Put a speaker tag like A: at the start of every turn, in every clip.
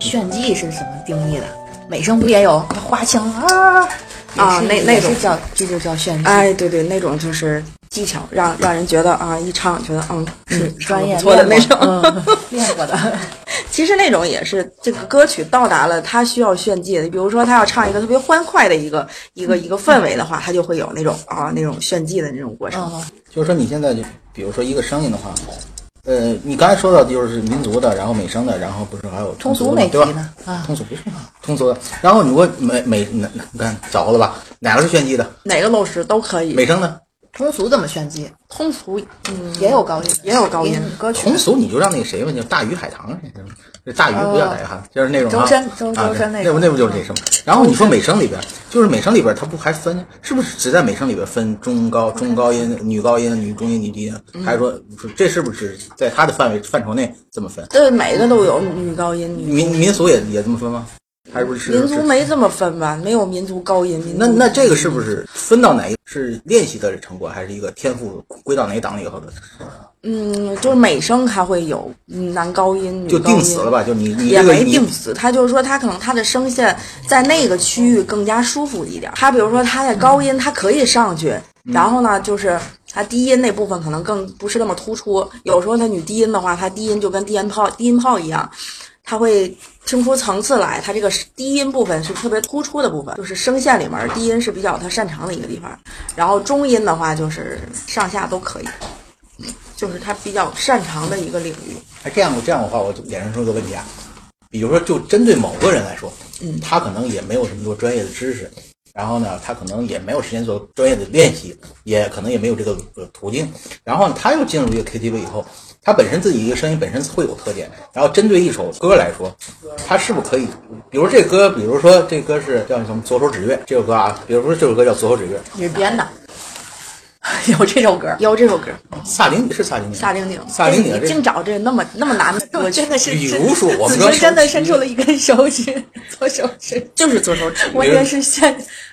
A: 炫技是什么定义的？美声不也有花腔啊
B: 啊那那种
A: 也是叫这就叫炫技，
B: 哎，对对，那种就是技巧，让让人觉得啊，一唱觉得嗯是
A: 专业
B: 唱得不错的那
A: 练过
B: 种。
A: 嗯练过的。
B: 其实那种也是这个歌曲到达了他需要炫技的，比如说他要唱一个特别欢快的一个一个一个氛围的话，他就会有那种啊那种炫技的那种过程。
A: 嗯，
C: 就是说你现在就比如说一个声音的话，呃，你刚才说到就是民族的，然后美声的，然后不是还有
A: 通俗
C: 俗的
A: 哪
C: 对
A: 集呢
C: 吧？
A: 啊
C: 通俗不是吗通俗的。然后你问美美哪，你看着了吧？哪个是炫技的？
B: 哪个老师都可以，
C: 美声的？
A: 通俗怎么炫技？
B: 通俗嗯
A: 也有高音，
B: 也有高音
A: 歌曲
C: 通。俗你就让那个谁吧，就大鱼海棠，这大鱼
A: 哦
C: 不叫海棠，就是那种啊
A: 周深周
C: 啊
A: 周深那
C: 那
A: 种嗯
C: 不那不就是那什么？然后你说美声里边，就是美声里边，它不还分是不是只在美声里边分中高中高音、女高音、女中音、女低音，
A: 嗯
C: 还是说这是不是只在它的范围范畴内这么分？
B: 对，每个都有女高音、女
C: 民民俗也也这么分吗？还是不是
B: 民族
C: 是
B: 没这么分吧？没有民族高音，民族
C: 那那这个是不是分到哪一是练习的成果，还是一个天赋归到哪个档里以后的？
B: 嗯，就是美声它会有嗯男高音、女
C: 就
B: 高音，
C: 定死了吧？就你你
B: 也
C: 这个
B: 没
C: 你
B: 定死，他就是说他可能他的声线在那个区域更加舒服一点。他比如说他在高音，他可以上去，
C: 嗯
B: 然后呢就是他低音那部分可能更不是那么突出。有时候他女低音的话，他低音就跟低音炮低音炮一样，他会听出层次来。他这个低音部分是特别突出的部分，就是声线里面低音是比较他擅长的一个地方。然后中音的话就是上下都可以，就是他比较擅长的一个领域。
C: 哎，这样这样的话，我就衍生出一个问题啊，比如说就针对某个人来说，嗯，他可能也没有这么多专业的知识，然后呢，他可能也没有时间做专业的练习，也可能也没有这个呃途径，然后呢，他又进入一个 KTV 以后，他本身自己一个声音本身会有特点，然后针对一首歌来说，他是不是可以，比如这歌，比如说这歌是叫什么左手指月这首歌啊，比如说这首歌叫左手指月，
A: 也是编的， 有这首歌。
B: 有这首歌。
C: 萨顶是萨顶
B: 萨顶顶，
C: 萨顶顶
B: 你
C: 这
B: 净找这那么那么难的歌曲，
A: 真的是，
C: 比如说我们
A: 子
C: 刚
A: 君真的伸出了一根手指， 左手指。
B: 就是左手指。
A: 我也是现，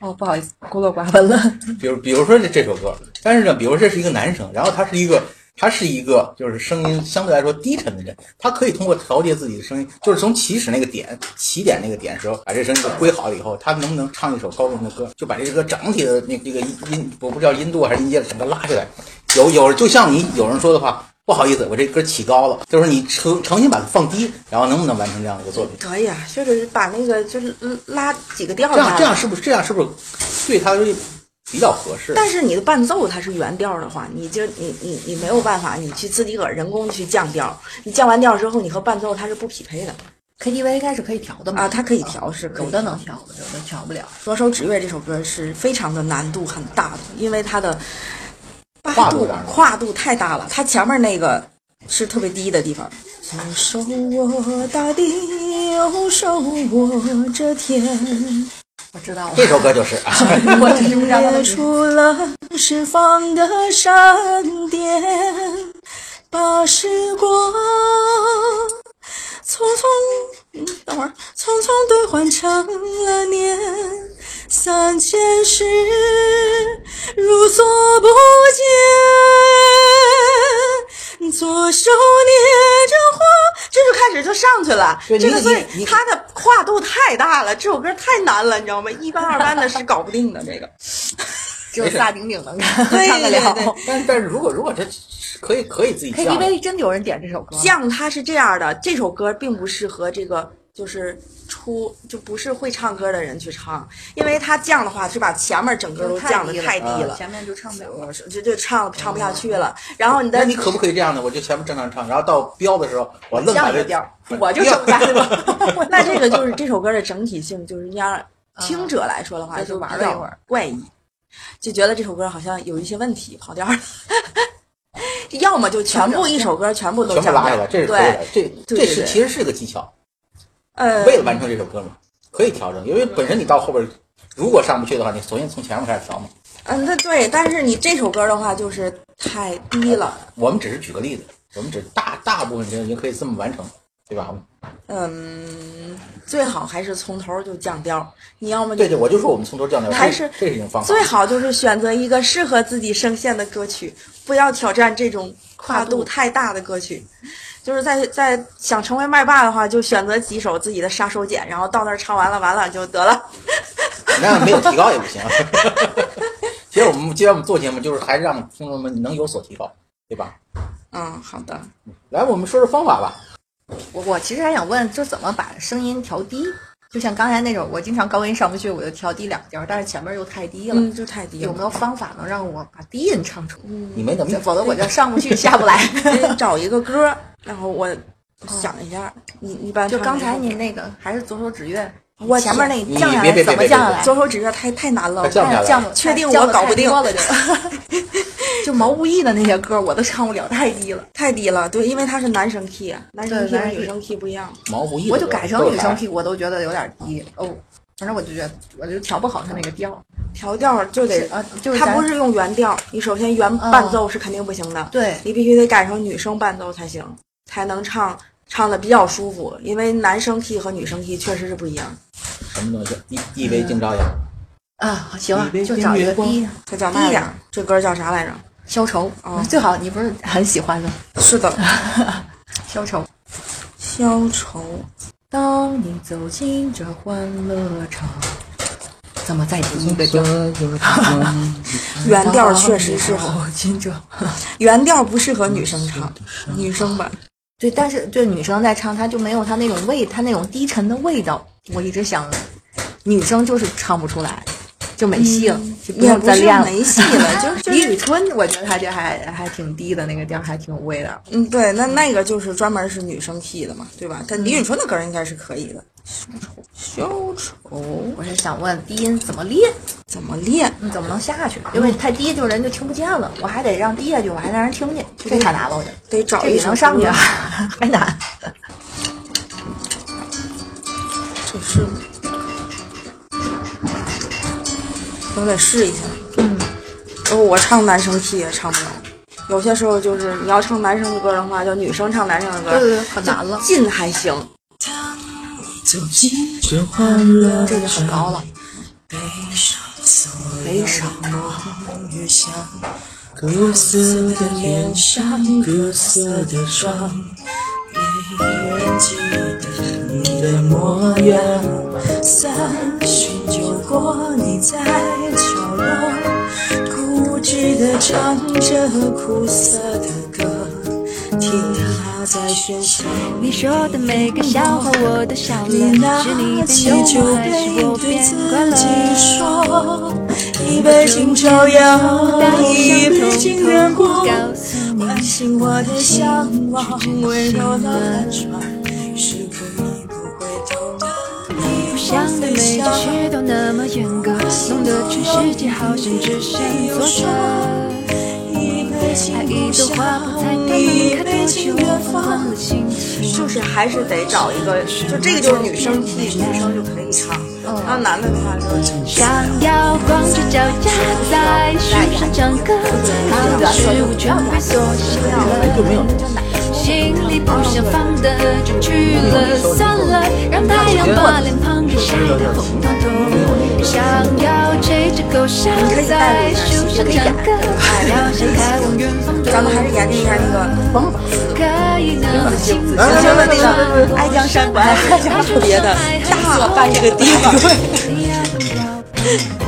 A: 哦，不好意思，孤陋寡闻了。
C: 比如比如说这这首歌，但是呢，比如说这是一个男生，然后他是一个他是一个就是声音相对来说低沉的人，他可以通过调节自己的声音，就是从起始那个点起点那个点的时候，把这声音给归好了以后，他能不能唱一首高中的歌，就把这个整体的那这个音，我不知道音度还是音阶整个拉起来。有有就像你有人说的话，不好意思，我这歌起高了，就是你诚诚心把它放低，然后能不能完成这样的一个作品？
B: 可以啊，就是把那个就是拉几个调
C: 这样
B: 下
C: 这样
B: 来。
C: 是不是这样是不是对他比较合 适？
B: 但是你的伴奏它是原调的话，你就你你你没有办法，你去自己个儿人工去降调，你降完调之后，你和伴奏它是不匹配的
A: KTV 应该是可以调的嘛？
B: 啊，它可以调是可以
A: 有的能调，有的调不了。
B: 《左手指月》这首歌是非常的难度很大的，因为它的八
C: 跨
B: 度
C: 度大
B: 跨度太大了，它前面那个是特别低的地方。左手我大地，右手我这天，
A: 我知道了，
C: 这首歌就是啊。
A: 我只是不知道他
B: 列
A: 的名字。
B: 出了释放的闪电，把时光匆匆，嗯等会儿匆匆兑换成了年，三千世如所不见。左手捏着花，这就开始就上去了。
C: 对
B: 这个
C: 你
B: 所
C: 你
B: 以
C: 你
B: 它的跨度太大了，这首歌太难了，你知道吗？一般二班的是搞不定的这个。
A: 只有萨顶顶能 看
B: 对
A: 看得
B: 对
A: 了。
C: 但但是如果如果这可以可以自己降的，
A: KTV 真的有人点这首歌吗？
B: 酱它是这样的，这首歌并不适合这个就是出就不是会唱歌的人去唱，因为它降的话是把前面整个都降的太低了，
A: 前面就唱不了。啊
B: 就就唱唱不下去了。然后你
C: 那
B: 的
C: 你可不可以这样的？我就前面正常唱，然后到标的时候，我愣把
A: 降一
C: 这
A: 个调儿，我就整来 了。
B: 那这个就是这首歌的整体性，就是你让呃听者来说的话，
A: 就是
B: 就比
A: 玩了一
B: 较
A: 会儿
B: 怪异，就觉得这首歌好像有一些问题，跑调了。要 么就全部一首歌全部都
C: 全部
B: 讲
C: 拉下
B: 掉
C: 来，这是可以
B: 对
C: 的，这
B: 对
C: 这
B: 对
C: 是
B: 对
C: 其实是个技巧，
B: 呃，
C: 为了完成这首歌嘛，可以调整，因为本身你到后边如果上不去的话，你首先从前面开始调嘛。
B: 嗯，那对，但是你这首歌的话就是太低了，
C: 我们只是举个例子，我们只是大大部分人已经可以这么完成，对吧？
B: 嗯，最好还是从头就降调，你要么就
C: 对对，我就说我们从头降调，
B: 还
C: 这
B: 是
C: 这是一种方法。
B: 最好就是选择一个适合自己声线的歌曲，不要挑战这种跨度太大的歌曲。就是在在想成为麦霸的话，就选择几首自己的杀手锏，然后到那儿唱完了，完了就得了。
C: 那样没有提高也不行。其实我们既然我们做节目，就是还是让听众们能有所提高，对吧？
B: 嗯，好的。
C: 来，我们说说方法吧。
A: 我我其实还想问，就怎么把声音调低？就像刚才那种，我经常高音上不去，我就调低两调，但是前面又太低了。
B: 嗯，就太低
A: 有没
B: 了。
A: 有方法能让我把低音唱出？
C: 你没能力，
A: 否则我就上不去，下不来。
B: 得找一个歌儿，然后我想一下，你一般
A: 哦就
B: 唱
A: 刚
B: 哪
A: 才
B: 首
A: 您那个还是左手指月，
B: 我
A: 前面那
C: 你
A: 降下
C: 别
A: 来
C: 别
A: 怎么
C: 别
A: 降下
C: 别
A: 来？
B: 左手指月太太难了
C: 快，降下来
A: 降得
B: 确定
A: 降
B: 我
A: 得
B: 搞
A: 太
B: 不定
A: 多了就，就毛不易的那些歌我都唱不了，太低了，
B: 太低了。对，因为它是男生 key，啊，男生
A: 对
B: key 和
A: 男生
B: 女
A: key
B: 生 key 不一样。
C: 毛不易的
A: 我就改成女生
C: 都是
A: P，我都觉得有点低哦。反正我就觉得，我就调不好他那个调，
B: 调调儿就得
A: 啊，就是
B: 它
A: 咱
B: 不是用原调，你首先原
A: 嗯
B: 伴奏是肯定不行的，
A: 对
B: 你必须得改成女生伴奏才行，才能唱唱的比较舒服。因为男生 key 和女生 key 确实是不一样。
C: 什么东西？一一杯敬朝阳，
A: 啊，行啊
C: 你，别
A: 就找一个
C: 别光
A: 低
B: 它叫那
A: 低
B: 点
A: 点
B: 儿，这歌叫啥来着？
A: 消愁
B: 哦，
A: 最好你不是很喜欢的
B: 是的，
A: 消愁。
B: 消愁。
A: 当你走进这欢乐场，怎么再低一个调？
B: 原调确实适合，
A: 好紧张。
B: 原调不适合女生唱，女生版。
A: 对，但是对女生在唱，她就没有她那种味，她那种低沉的味道。我一直想，女生就是唱不出来，就没戏了，就不
B: 嗯也
A: 用
B: 不
A: 再
B: 是
A: 练了。
B: 没戏了， 就是就
A: 李
B: 是
A: 宇春，我觉得她这还还挺低的，那个调还挺有味道。
B: 嗯，对，那那个就是专门是女生 key 的嘛，对吧？但李宇春的歌应该是可以的。消愁，消愁
A: 我是想问，低音怎么练？
B: 怎么练？
A: 你怎么能下去？因为太低就人就听不见了，我还得让低下去，我还得让人听见，这太难了，我觉得。
B: 得找
A: 这
B: 一
A: 比
B: 首
A: 能上去
B: 歌
A: 啊 还难。
B: 这是，我得试一下。嗯，我唱男生 key 也唱不了，有些时候就是你要唱男生的歌的话，就女生唱男生的歌，
A: 对对对很难了
B: 近还行，
A: 这就很高了。悲伤，
D: 各色的脸上，各色的妆，没人记得你的模样。三巡酒过，你在角落，固执的唱着苦涩的歌，听它在喧嚣。
E: 你说的每个笑话我都笑了，
D: 你拿
E: 是你
D: 起
E: 变幽
D: 酒
E: 默还是
D: 杯
E: 我
D: 对
E: 变
D: 自
E: 快
D: 己
E: 乐？
D: 说，一杯敬朝阳，一杯敬
E: 头
D: 月光。
E: 告诉你，
D: 唤醒我的向往，温柔的寒霜，是可以不回头的你
E: 不想的每件事都那么严格，弄得全世界好像只剩左手。
D: 一杯敬
E: 爱一
D: 故
E: 朵花不猜它
D: 乡，
E: 能
D: 一
E: 开
D: 杯
E: 多
D: 敬远
E: 久，我换
D: 方
E: 了。心情。
B: 就是还是得找一个，就这个就是女生 key，女生就可以唱，然后男的的话就
E: 想要光着脚丫在树上唱歌，好像事物全被缩小了，心里不想放的就去了算了，让太阳把脸庞给晒得红彤彤。想要吹着口哨在树上唱歌，要想开往远方
B: 咱们还是研究一下那个方法。
E: 可以那么轻松。
B: 咱们那个爱江山不爱海，特别的大半这个地方。
E: 你要不要陪我？